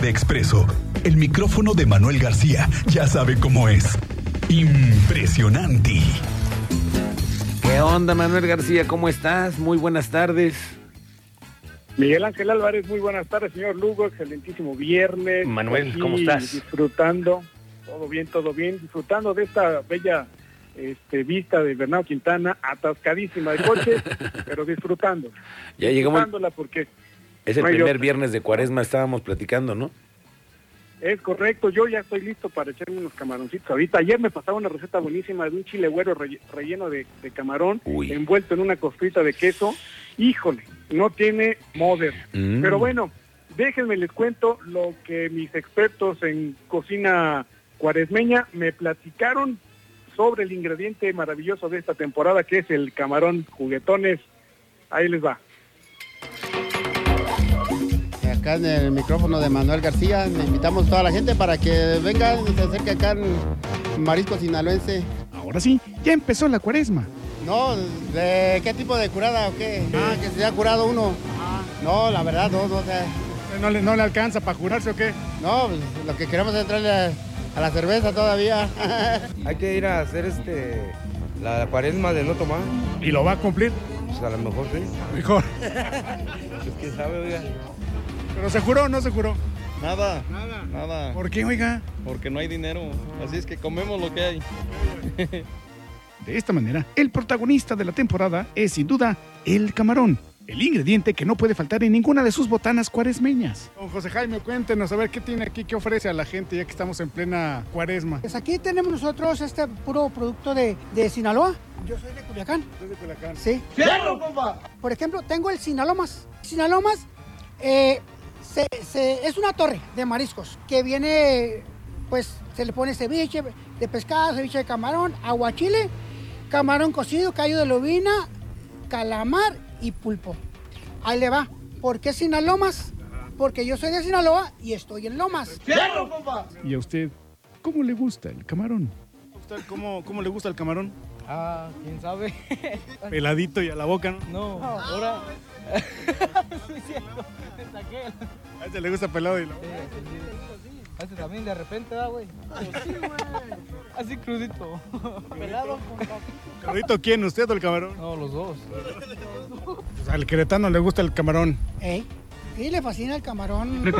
de Expreso. El micrófono de Manuel García ya sabe cómo es. Impresionante. ¿Qué onda, Manuel García? ¿Cómo estás? Muy buenas tardes. Miguel Ángel Álvarez, muy buenas tardes, señor Lugo, excelentísimo viernes. Manuel, Aquí ¿cómo estás? Disfrutando, todo bien, todo bien, disfrutando de esta bella este, vista de Bernardo Quintana, atascadísima de coches, pero disfrutando. Ya llegamos. Disfrutándola porque Es el no hay primer otra. viernes de cuaresma, estábamos platicando, ¿no? es correcto, yo ya estoy listo para echarme unos camaroncitos ahorita. Ayer me pasaba una receta buenísima de un chile güero relle- relleno de, de camarón, Uy. envuelto en una costrita de queso. Híjole, no tiene moder. Mm. Pero bueno, déjenme les cuento lo que mis expertos en cocina cuaresmeña me platicaron sobre el ingrediente maravilloso de esta temporada que es el camarón juguetones. Ahí les va. Eh, Acá en el micrófono de Manuel García, le invitamos a toda la gente para que vengan y se acerque acá en Marisco Sinaloense. Ahora sí, ya empezó la cuaresma. No, ¿de qué tipo de curada o qué? Ah, que se ha curado uno. Ah. No, la verdad, no, no, o sea, ¿No le, no le alcanza para jurarse o qué? no, pues, lo que queremos es entrarle a, a la cerveza todavía. Hay que ir a hacer este la cuaresma de no tomar. ¿Y lo va a cumplir? Pues a lo mejor sí. Mejor. Pues quién sabe, oiga. ¿Pero se juró o no se juró? Nada, Nada. nada, ¿Por qué, oiga? porque no hay dinero. Así es que comemos lo que hay. De esta manera, el protagonista de la temporada es sin duda el camarón, el ingrediente que no puede faltar en ninguna de sus botanas cuaresmeñas. Don José Jaime, cuéntenos a ver qué tiene aquí, qué ofrece a la gente ya que estamos en plena cuaresma. Pues aquí tenemos nosotros este puro producto de, de Sinaloa. Yo soy de Culiacán. Sí. Por ejemplo, tengo el Sinalomas. Sinalomas eh, se- se- es una torre de mariscos que viene, pues se le pone ceviche de pescado, ceviche de camarón, aguachile, camarón cocido, callo de lobina, calamar y pulpo. Ahí le va. ¿Por qué Sinalomas? Porque yo soy de Sinaloa y estoy en Lomas. ¿Y a usted cómo le gusta el camarón? ¿A usted cómo, cómo le gusta el camarón? Ah, quién sabe. Peladito y a la boca, ¿no? No, ahora. A este le gusta pelado y la Hace este también de repente, ah, güey. Así crudito. Pelado ¿Cabrito quién? ¿Usted o el camarón? No, los dos. Pues al queretano le gusta el camarón. ¿Eh? Sí, le fascina el camarón.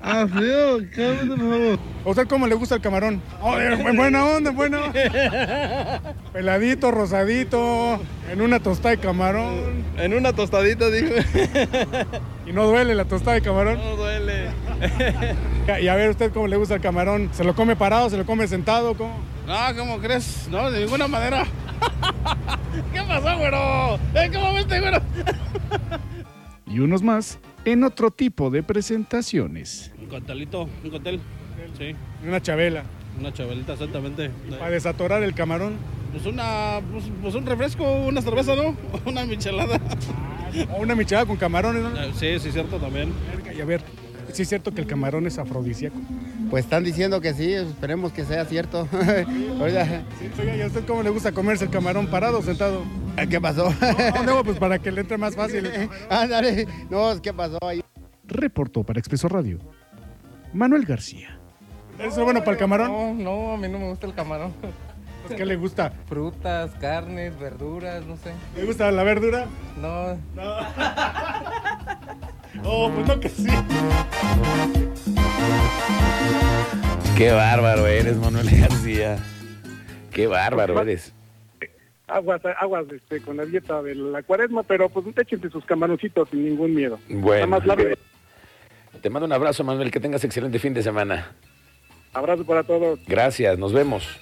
Ah, feo, cámbiate, por favor. ¿A usted cómo le gusta el camarón? Oh, eh, buena onda, buena onda. Peladito, rosadito, en una tostada de camarón. En una tostadita, dijo. Y no duele la tostada de camarón. No duele. Y a ver usted cómo le gusta el camarón. ¿Se lo come parado, se lo come sentado? ¿Cómo? No, ¿cómo crees? No, de ninguna manera. ¿Qué pasó, güero? ¿Eh, ¿Cómo viste, güero? Y unos más en otro tipo de presentaciones. Un costalito, un cóctel. Sí, Una chabela, una chabelita, exactamente. para desatorar el camarón. Pues una, pues, pues un refresco, una cerveza, ¿no? Una michelada. O una michelada con camarones. ¿no? Eh, Sí, sí, cierto también. Y a ver, ¿sí es cierto que el camarón es afrodisíaco? Pues están diciendo que sí, esperemos que sea cierto. Ahorita, Sí, oiga, ¿y a usted cómo le gusta comerse el camarón parado o sentado? ¿Qué pasó? No, no, pues para que le entre más fácil. Ándale, no, ¿qué pasó ahí? Reportó para Expreso Radio Manuel García. ¿Eso es bueno para el camarón? No, no, a mí no me gusta el camarón. Pues, ¿Qué le gusta? Frutas, carnes, verduras, no sé. ¿Le gusta la verdura? No, Oh, pues no que sí. Qué bárbaro eres, Manuel García. Qué bárbaro eres. Aguas, aguas este, con la dieta de la cuaresma, pero pues échense sus camaroncitos sin ningún miedo. Nada Bueno, más laven. te mando un abrazo, Manuel. Que tengas excelente fin de semana. Abrazo para todos. Gracias, nos vemos.